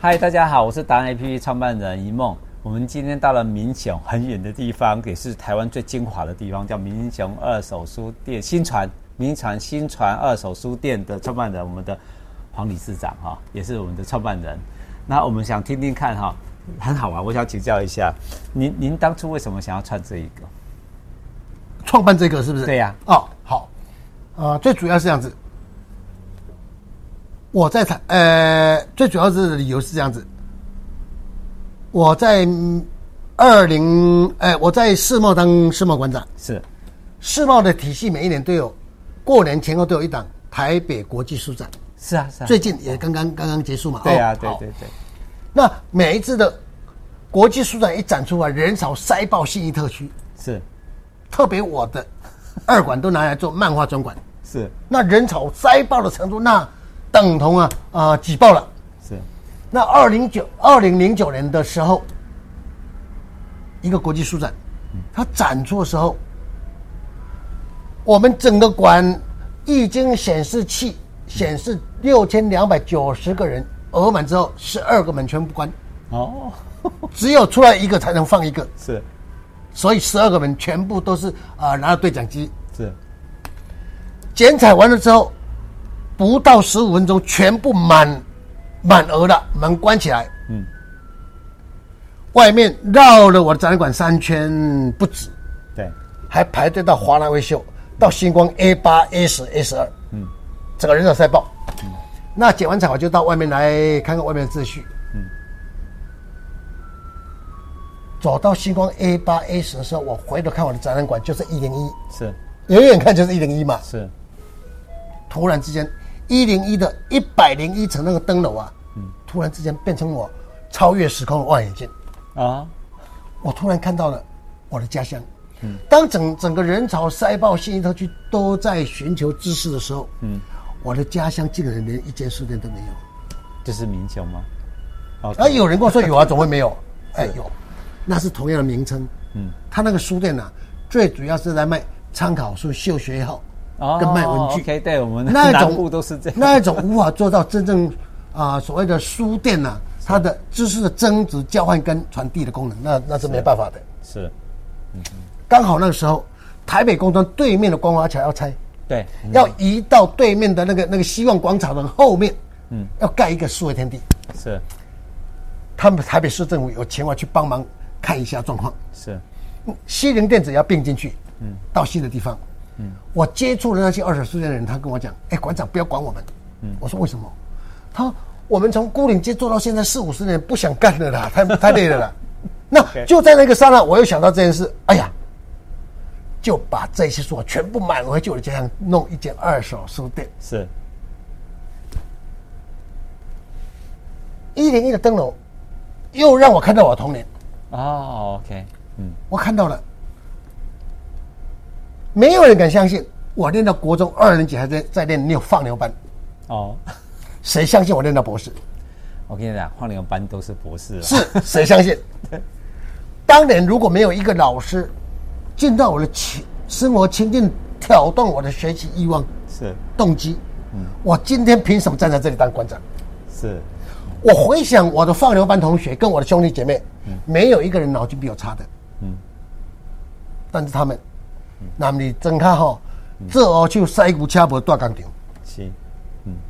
嗨，大家好，我是达人 APP 创办人一梦。我们今天到了民雄很远的地方，也是台湾最精华的地方，叫民雄二手书店新传民传新传二手书店的创办人，我们的黄理事长哈、也是我们的创办人。那我们想听听看哈、很好啊玩，我想请教一下，您您当初为什么想要创这一个？创办这个是不是？对呀哦，好，呃，最主要是这样子。我在台，呃，最主要是理由是这样子。我在二零，哎，我在世贸当世贸馆长，是世贸的体系每一年都有，过年前后都有一档台北国际书展，是啊是啊，最近也刚刚刚刚结束嘛。对呀、哦对好对对，那每一次的国际书展一展出来，人潮塞爆信义特区，是特别我的二馆都拿来做漫画专馆。是那人潮塞爆的程度，那等同啊啊、挤爆了。是那二零九二零零九年的时候，一个国际书展，它展出的时候，我们整个馆液晶显示器显示六千两百九十个人，额满之后十二个门全部关，哦，只有出来一个才能放一个，是所以十二个门全部都是啊、拿着对讲机是剪彩完了之后，不到十五分钟，全部满满额了，门关起来。嗯，外面绕了我的展览馆三圈不止，对还排队到华纳威秀，到星光 A 八、A 十、A 十二，嗯，整个人潮塞爆。那剪完彩我就到外面来看看外面的秩序。嗯，走到星光 A 八、A 十的时候，我回头看我的展览馆就是一零一，是远远看就是一零一嘛。是突然之间，一零一的一百零一层那个灯楼啊，突然之间变成我超越时空的望远镜，啊我突然看到了我的家乡。当整整个人潮塞爆信义特区都在寻求知识的时候，我的家乡竟然连一间书店都没有。这是民雄吗？哦，然后有人跟我说有啊，怎么 会没有？哎，有，那是同样的名称。嗯，他那个书店呢、啊，最主要是在卖参考书、秀学号，哦跟卖文具。 OK，对我们 那南部种都是这样。那种无法做到真正啊、所谓的书店呐、它的知识的增值、交换跟传递的功能，那那是没办法的。是，刚好那个时候，台北工专对面的光华桥要拆，对，要移到对面的那个那个希望广场的后面，嗯，要盖一个数位天地。是他们台北市政府有请我去帮忙看一下状况。是西宁电子也要并进去，嗯，到新的地方，嗯，我接触了那些二手书店的人，他跟我讲，哎、馆长不要管我们，嗯，我说为什么？他说我们从孤岭街做到现在四五十年，不想干了啦，太太累 了啦。那就在那个刹那，我又想到这件事，哎呀，就把这些书啊全部买回去我的家乡，弄一间二手书店。是一零一的灯笼，又让我看到我的童年。哦，OK，嗯，我看到了，没有人敢相信我练到国中二年级还在在练牛放牛班，哦，谁相信我练到博士？我跟你讲，放牛班都是博士啊了，是谁相信？当年如果没有一个老师进到我的情生活情境，挑动我的学习欲望是动机，我今天凭什么站在这里当馆长？是我回想我的放牛班同学跟我的兄弟姐妹，没有一个人脑筋比我差的。嗯但是他们，那么你真看吼，这哦就塞骨掐脖大钢条，是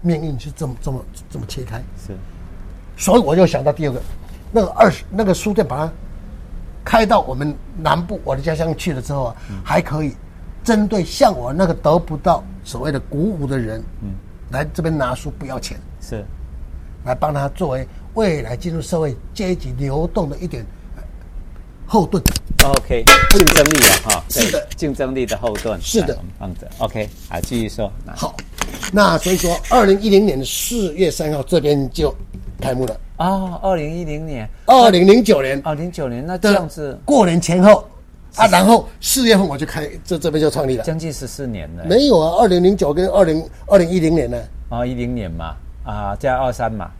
命运是这么这么这么切开。是所以我又想到第二个，那个二十那个书店把它开到我们南部我的家乡去了之后啊，还可以针对像我那个得不到所谓的鼓舞的人，来这边拿书不要钱，是来帮他作为未来进入社会阶级流动的一点呃后盾。 ，OK，竞争力的哈，对是的竞争力的后盾，是的来我们放着，OK，好，继续说，来好，那所以说，二零一零年的四月三号这边就开幕了。哦，二零一零年，二零零九年哦，零九年，那这的样子过年前后啊，然后四月份我就开这这边就创立了。将近十四年了，没有啊，二零零九跟二零二零一零年呢、哦，一零年嘛，啊，加二三嘛，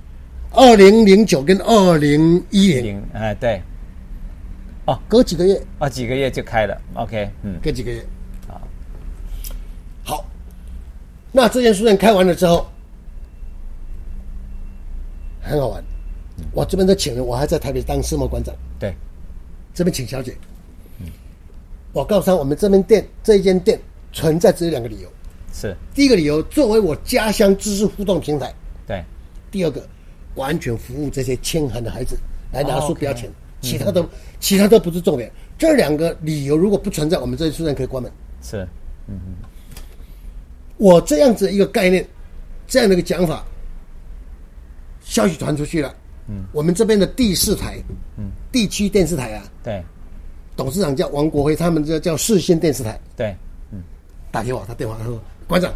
二零零九跟二零一一零零，哎，对，隔几个月，哦，几个月就开了，OK，嗯，隔几个月。好，那这间书店开完了之后，很好玩。我这边都请了，我还在台北当世贸馆长，对，这边请小姐。我告诉他，我们这边店这一间店存在只有两个理由：是，第一个理由，作为我家乡知识互动平台；对，第二个，完全服务这些清寒的孩子来拿哦书，OK 不要钱，其他都其他都不是重点。这两个理由如果不存在，我们这些书店可以关门。是，我这样子一个概念，这样的一个讲法，消息传出去了。嗯，我们这边的第四台，嗯，地区电视台啊，对，董事长叫王国辉，他们这叫市县电视台，对，打给我，他电话他说：“馆长，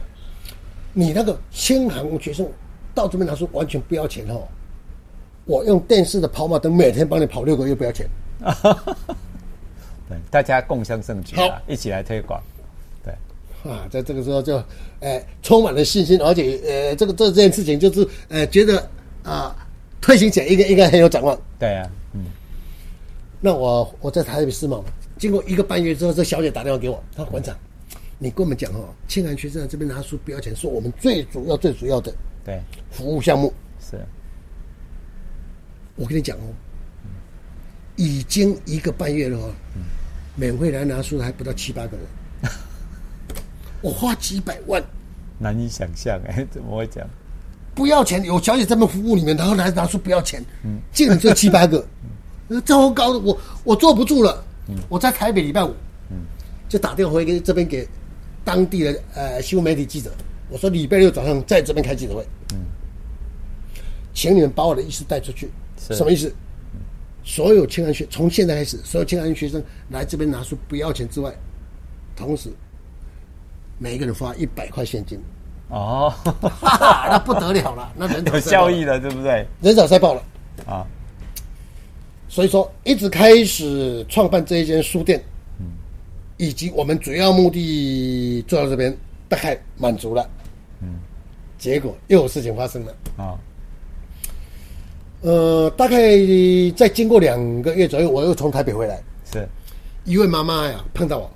你那个新韩国学生到这边来说完全不要钱哦，我用电视的跑马灯每天帮你跑六个月不要钱。对，大家共襄盛举啊好，一起来推广，对，”啊，在这个时候就，呃，充满了信心，而且呃，这个这件事情就是呃，觉得啊、推行起来应该应该很有展望。对啊，嗯，那我我在台北世贸，经过一个半月之后，这小姐打电话给我，她说馆长，你跟我们讲哦，清寒学生在这边拿书不要钱，是我们最主要最主要的对，服务项目。是，我跟你讲哦，已经一个半月了哦，免费来拿书的还不到七八个人，我花几百万难以想象，哎，怎么会讲？不要钱，有小姐这边服务里面，然后来拿书不要钱，嗯竟然就七八 个，呃糟糕的，我我坐不住了，嗯我在台北礼拜五，就打电话回给这边给当地的呃新闻媒体记者，我说礼拜六早上在这边开记者会，嗯请你们把我的意思带出去，是嗯什么意思？所有清安学从现在开始，所有清安学生来这边拿书不要钱之外，同时每一个人发一百 块现金，哦，哈哈，那不得了了，那人头有效益的，对不对？人少塞爆了，啊，所以说一直开始创办这一间书店，以及我们主要目的做到这边，大概满足了，嗯结果又有事情发生了。啊，呃，大概在经过两个月左右，我又从台北回来，是，一位妈妈呀碰到我，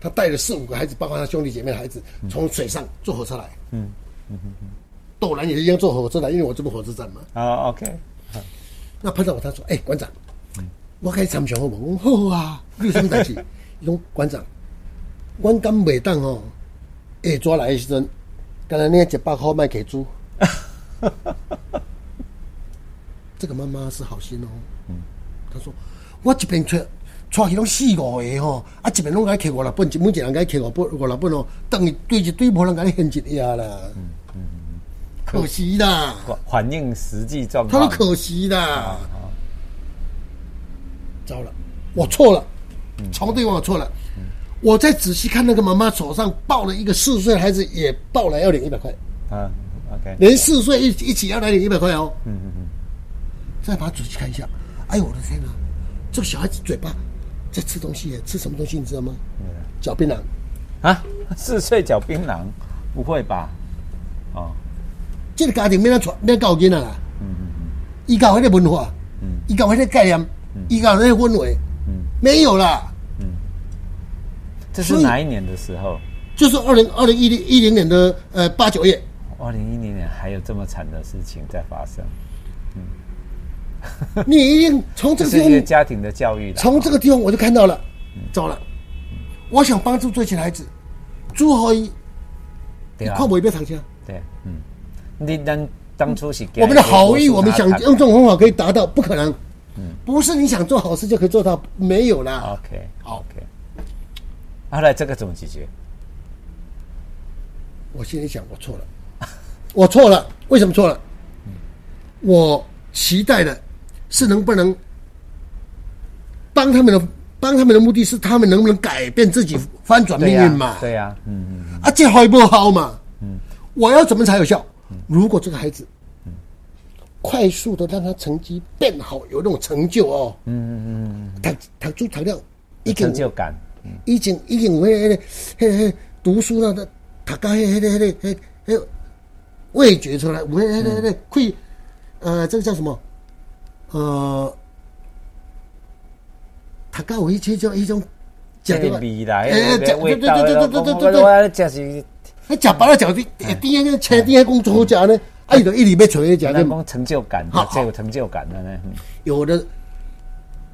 她带了四五个孩子，包括她兄弟姐妹的孩子，从水上坐火车来，嗯，斗南也一样坐火车来，因为我这不火车站嘛，啊，OK，那碰到我，他说：“哎、馆长，我该参详好无？”我说：“好啊，你有什么代志？” 伊讲：“馆长，阮敢袂当哦，下抓来的时阵，敢若领一百块卖给猪。”这个妈妈是好心哦。她说：“我一边出。”带去拢四五个吼，啊一边拢甲摕五六本，一每一个人甲摕五本五六本哦，等于对一堆无人甲你献一下啦，可惜啦。反反映实际状他说况，可惜啦，糟了，我错了，从对我错了。我再仔细看那个妈妈手上抱了一个四岁的孩子，也抱来要领一百块，嗯，OK，连四岁一一起要来领一百块哦。嗯嗯嗯。再把它仔细看一下，哎呦我的天哪，这个小孩子嘴巴在吃东西耶，吃什么东西你知道吗？嚼槟榔。啊，四岁嚼槟榔，不会吧？哦，这个家庭免咱传，免教囡仔啦。嗯伊教迄个文化，伊教迄个概念，伊教迄个氛围，没有啦。这是所以哪一年的时候？就是二零二零一零一零年的呃八九 月，二零一零年还有这么惨的事情在发生，你已经从这这个是地一个方，家嗯庭的教育啦。从这个地方我就看到了，糟了，我想帮助这群孩子，如何一对啊看不被躺下？对，嗯，你当当初啊是我们的好意，我们想用这中种方法可以达到，不可能，不是你想做好事就可以做到，没有啦。嗯 OK 好 OK。后来这个怎么解决？我心里想，我错了， 我错了，为什么错了？我期待的是能不能帮他们的，帮他们的目的是他们能不能改变自己翻转命对呀啊运嘛？对呀，嗯嗯，啊，这好不好嘛？嗯，我要怎么才有效？如果这个孩子，快速的让他成绩变好，有那种成就哦，嗯嗯嗯，他他做糖尿，已经成就感，以前以前有迄、个、迄、个、迄、个读书那个读到迄、个、迄、个、迄、个、迄、那个味觉出来，有迄、个、迄、嗯个、迄、个溃，呃，这个叫什么？呃，读到有迄种、迄种，这个味啦，那个哎味哎对对道，哎对对对对对哎我我我就是哎那食白了食的，甜甜个青甜个讲做好食呢，啊，伊就一直要找伊食那这讲成就感好，这有成就感的呢。嗯有的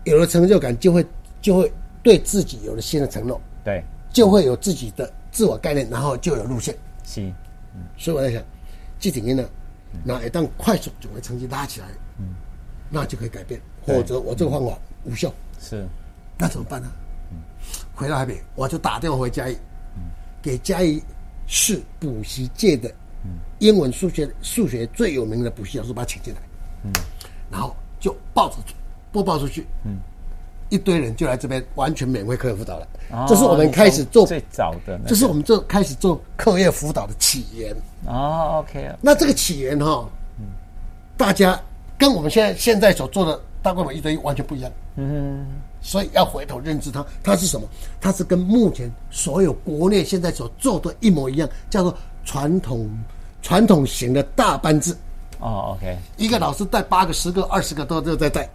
有了成就感，就会就会对自己有了新的承诺，对，就会有自己的自我概念，然后就有路线。是，所以我在想，这几年呢，那一旦快速总的成绩拉起来，嗯，那就可以改变，对否则我这个方法无效，是，那怎么办呢？回到台北，我就打电话回嘉义，给嘉义市补习界的英文、数学、数学最有名的补习老师把他请进来，嗯，然后就报出去，播报出去，嗯。一堆人就来这边，完全免费课业辅导了。这是我们开始做哦你从最早的那个，哦这是我们这开始做课业辅导的起源。哦，OK，那这个起源哈，大家跟我们现在现在所做的大规模一对一完全不一样。嗯，所以要回头认知它，它是什么？它是跟目前所有国内现在所做的一模一样，叫做传统传统型的大班制，哦，OK，一个老师带八个、十个、二十个都都在带。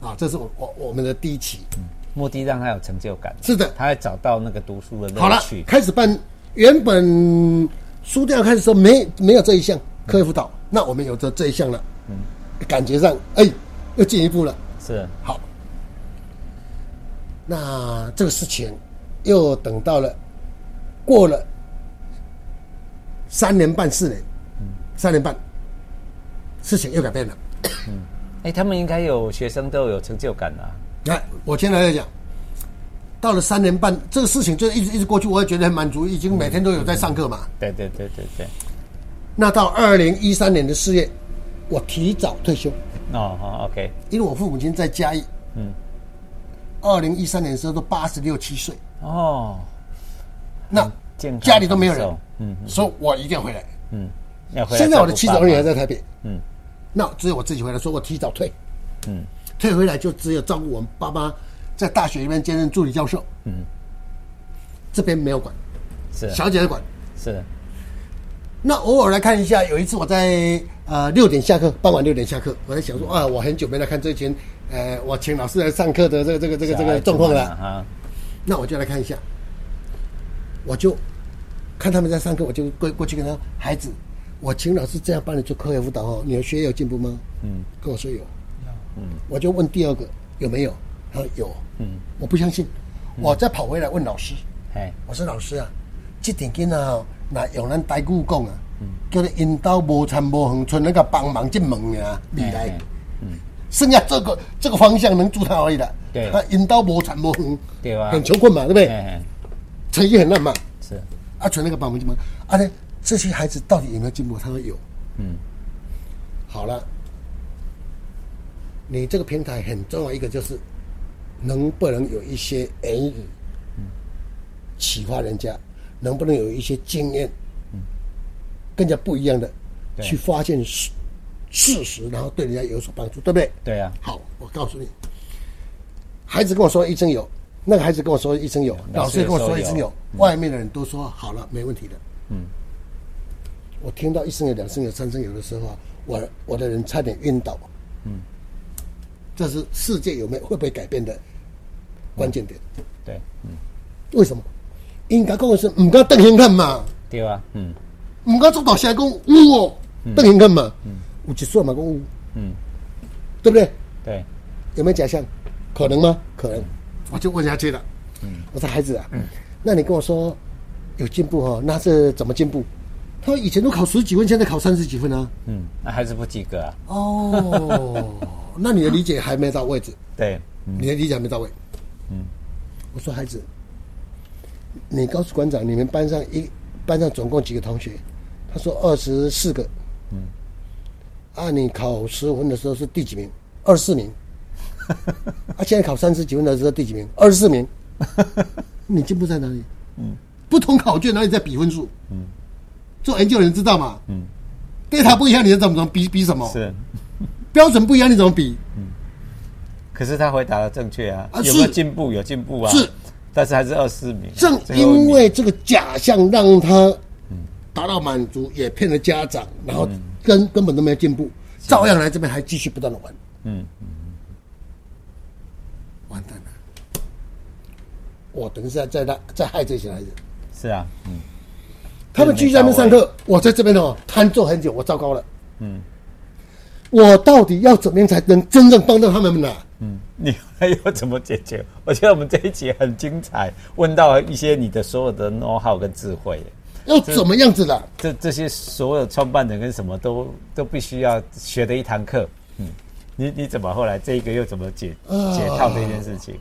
啊，这是我我我们的第一期。目的让他有成就感，是的他会找到那个读书的好乐了趣，。开始办。原本书店开始说没没有这一项课业辅导，那我们有这这一项了，感觉上哎又进一步了。是，好，那这个事情又等到了过了三年半四年，三年半，事情又改变了。哎，他们应该有学生都有成就感啊。来，我先来讲，到了三年半，这个事情就一直一直过去，我也觉得很满足，已经每天都有在上课嘛。对对对对对，那到二零一三年的四月，我提早退休，哦好，OK，因为我父母亲在嘉义。嗯。二零一三年的时候都八十六七岁，哦，那健康家里都没有人长寿，嗯，所以我一定要回来。嗯，要回来现在我的照顾妻子爸妈儿女还在台北，嗯，那只有我自己回来，说我提早退，嗯，退回来就只有照顾我们爸妈，在大学里面兼任助理教授，嗯，这边没有管，是小姐在管。是，那偶尔来看一下，有一次我在呃六点下课，傍晚六点下课，我在想说啊，我很久没来看这群呃我请老师来上课的这个这个这个这个状况了，啊，那我就来看一下，我就看他们在上课，我就过过去跟他说孩子，我请老师这样帮你做课业辅导哦，你的学业有进步吗？嗯，跟我说有，嗯，我就问第二个有没有，他说有，嗯，我不相信，我再跑回来问老师，哎，我说老师啊，这点囡仔吼，那用咱台语讲啊，嗯叫你因兜无参无远，剩那个帮忙进门啊，未来哎，剩下这个这个方向能助他而已的。对啊，因兜无参无远，对啊很穷困嘛，对不对？哎，成绩很烂嘛，是，啊，存那个帮忙进门，啊，那这些孩子到底有没有进步？他说有。嗯，好了，你这个平台很重要一个就是，能不能有一些言语启发人家，能不能有一些经验，更加不一样的嗯对去发现事事实，然后对人家有所帮助，对不对？对啊，好，我告诉你，孩子跟我说医生有，那个孩子跟我说医生有，老老师师也也跟我说说医有生有，外面的人都说好了，没问题的。嗯，我听到一声有、两声有、三声有的时候啊，我我的人差点晕倒。嗯，这是世界有没有会不会改变的关键点？对，嗯，为什么？应该讲的是唔敢瞪眼看嘛，对啊，嗯唔敢做大声讲有哦，瞪眼看嘛，有一说嘛讲有，嗯，对不对？对，有没有假象？可能吗？可能。我就问下去了。嗯，我说孩子啊，那你跟我说有进步哦，那是怎么进步？他说以前都考十几分，现在考三十几分啊。嗯，那还是不及格啊， 哦，那你的理解还没到位置，对，你的理解还没到位。嗯，我说孩子，你告诉馆长，你们班上一班上总共几个同学？他说二十四个。嗯，啊，你考十分的时候是第几名？二十四 名。啊，现在考三十几分的时候第几名？二十四 名。你进步在哪里？嗯，不同考卷哪里在比分数？嗯，做研究的人知道嘛？嗯，对他不一样，你怎么怎么比比什么？是，标准不一样，你怎么比？可是他回答的正确啊，啊有没有是进步？有进步啊，是，但是还是二四名啊，正最后一因名为这个假象让他达到满足，也骗了家长，然后根根本都没有进步，照样来这边还继续不断的玩。嗯，完蛋了！我等于是在在在害这些孩子。是啊，嗯，他们继续在那边上课，我在这边哦瘫坐很久，我糟糕了。嗯，我到底要怎么样才能真正帮到他们呢？嗯，你还要怎么解决？ 我觉得我们这一节很精彩，问到一些你的所有的 know how 跟智慧。要怎么样子的？这这些所有创办人跟什么都都必须要学的一堂课。嗯，你你怎么后来这一个又怎么解啊解套这件事情？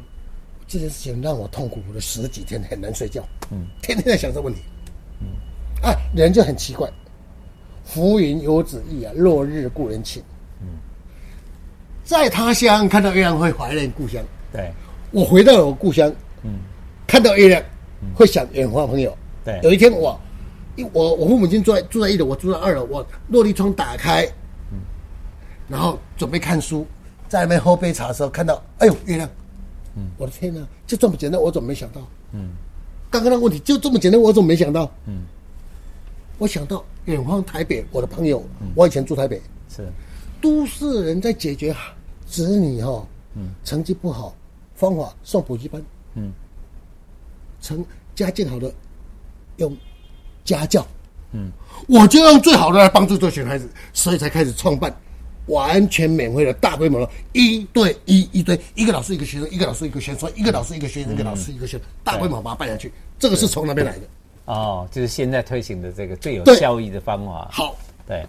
这件事情让我痛苦了十几天，很难睡觉。嗯，天天在想这问题。嗯，啊，人就很奇怪，浮云有子意啊，落日故人情。嗯，在他乡看到月亮会怀念故乡，对我回到我故乡，嗯，看到月亮会想远方朋友。对有一天我，一我我父母亲住在住在一楼，我住在二楼，我落地窗打开，嗯，然后准备看书，在那边喝杯茶的时候看到，哎呦月亮，嗯，我的天哪、就这么简单，我怎么没想到？嗯，刚刚那个问题就这么简单，我怎么没想到？嗯，我想到远方台北，我的朋友，我以前住台北，是，都市人在解决子女哈、嗯，成绩不好，方法送补习班，嗯，成家境好的用家教，嗯，我就用最好的来帮助这群孩子，所以才开始创办完全免费的大规模的一对一一对一个老师一个学生，一个老师一个学生，一个老师一个学生，一个老师一个学生，大规模把它办下去，这个是从那边来的。哦，就是现在推行的这个最有对效益的方法。好，对，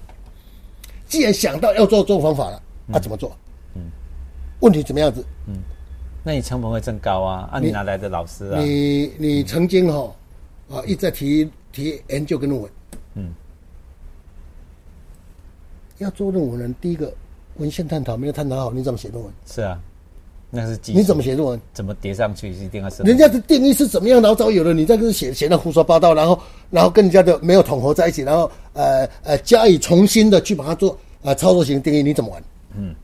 既然想到要做这种方法了，那、怎么做？嗯问题怎么样子？那你成本会更高啊！啊，你哪来的老师啊？你你曾经哈、啊一直在提提研究跟论文，嗯，要做论文人，第一个文献探讨没有探讨好，你怎么写论文？是啊，那是技术你怎么写论文？怎么叠上去？一定要是人家的定义是怎么样，然后找有的你在这写写的胡说八道，然后然后跟人家的没有统合在一起，然后呃呃加以重新的去把它做呃操作型定义，你怎么玩？嗯，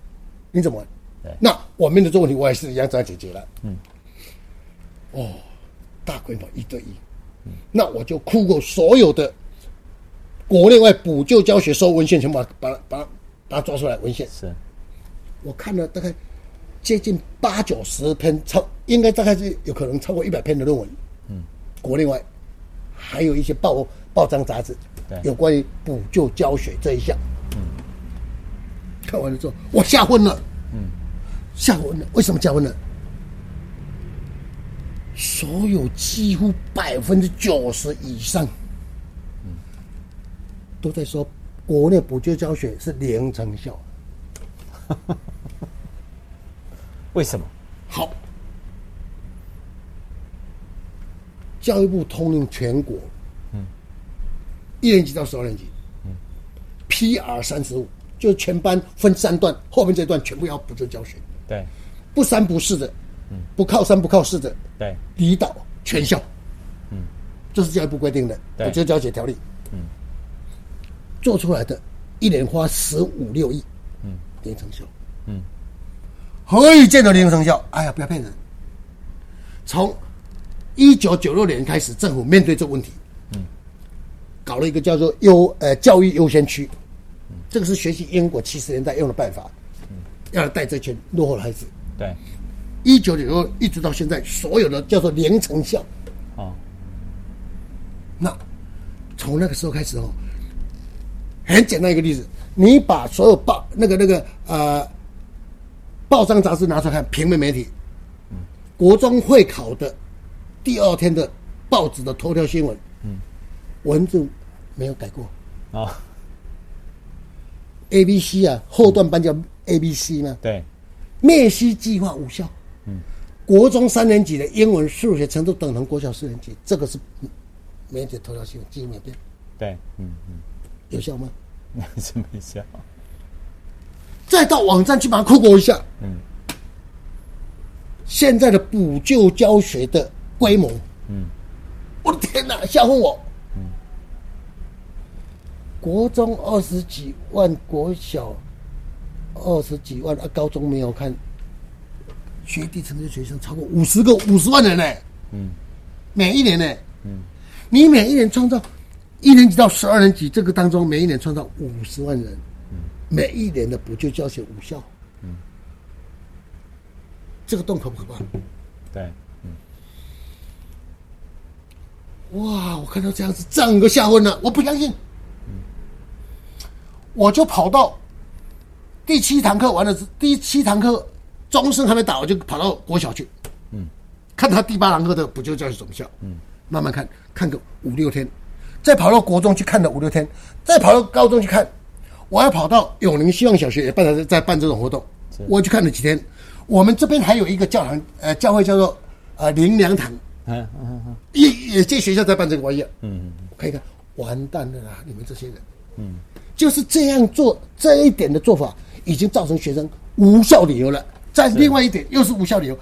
你怎么玩对？那我面对这个问题，我也是一样这样解决了。嗯，哦，大规模一对一，那我就酷狗所有的国内外补救教学收文献，全部把把它把它把它抓出来文献。是我看了大概接近八九十篇，超应该大概是有可能超过一百篇的论文。嗯，国内外还有一些报报章杂志对，有关于补救教学这一项。嗯，看完了之后，我吓昏了。嗯，吓昏了。为什么吓昏了？所有几乎百分之九十以上，嗯都在说国内补救教学是零成效。为什么？好，教育部通令全国，一年级到十二年级，p r 三十五，就是全班分三段，后面这段全部要补救教学，对不三不四的，不靠三不靠四的，对离岛全校，这是教育部规定的对补救教学条例，做出来的，一年花十五六亿，零成效，何以见得零成效？哎呀，不要骗人，从一九九六年开始，政府面对这个问题，搞了一个叫做优呃教育优先区，这个是学习英国七十年代用的办法，要来带这群落后的孩子。对，一九九六一直到现在，所有的叫做零成效。哦，那从那个时候开始哦，很简单一个例子，你把所有报那个那个呃报章杂志拿出来看，平面媒体，国中会考的第二天的报纸的头条新闻，文字没有改过哦， ，A B C 啊，后段班叫 A B C 嘛，对，灭西计划无效。国中三年级的英文、数学程度等同国小四年级，这个是媒体头条新闻几乎没有变，对，嗯， 有效吗？那是没效。再到网站去把它酷狗一下。嗯，现在的补救教学的规模，嗯，我的天哪，吓昏我。嗯，国中二十几万，国小二十几万，啊，高中没有看，学弟成绩学生超过五十个，五十万人呢、嗯，每一年呢、嗯，你每一年创造。一年级到十二年级这个当中，每一年创造五十万人，每一年的补救教学无效。这个洞可不可怕？对，哇，我看到这样子，整个吓昏了，我不相信。我就跑到第七堂课完了之，第七堂课钟声还没打，我就跑到国小去，嗯，看他第八堂课的补救教学怎么效，嗯，慢慢看，看个五六天，再跑到国中去看了五六天，再跑到高中去看，我还跑到永宁希望小学也办在办这种活动，我去看了几天。我们这边还有一个教堂，呃，教会叫做呃灵粮堂，嗯嗯嗯，也也这学校在办这个玩意儿。嗯，我看一看，完蛋了啦！你们这些人，嗯，就是这样做这一点的做法，已经造成学生无效理由了。再另外一点又是无效理由，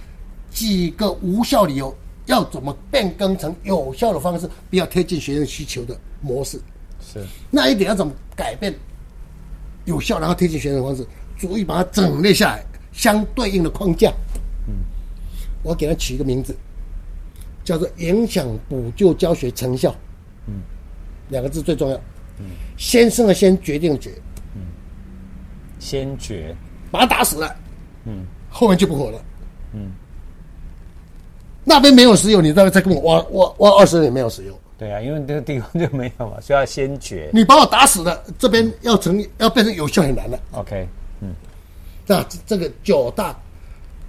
几个无效理由要怎么变更成有效的方式，比较贴近学生需求的模式？是那一点要怎么改变有效，然后贴近学生的方式，逐一把它整列下来，相对应的框架。嗯，我给它取一个名字，叫做“影响补救教学成效”。嗯，两个字最重要。嗯，先生的先决定决，先觉，把他打死了。嗯，后面就不活了。嗯，那边没有石油，你再再跟我挖挖挖二十年没有石油。对啊，因为这个地方 就没有嘛，所以要先觉。你把我打死了，这边要成要变成有效很难了。 OK，那这这个九大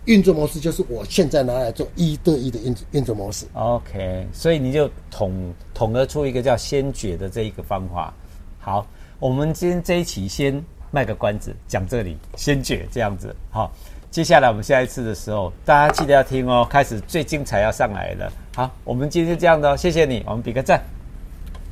运作模式就是我现在拿来做一对一的运作运作模式。 OK，所以你就统统合出一个叫先觉的这一个方法。好，我们今天这一期先卖个关子，讲这里先觉这样子。好，接下来我们下一次的时候，大家记得要听哦，开始最精彩要上来了。好，我们今天就这样的、哦，谢谢你，我们比个赞。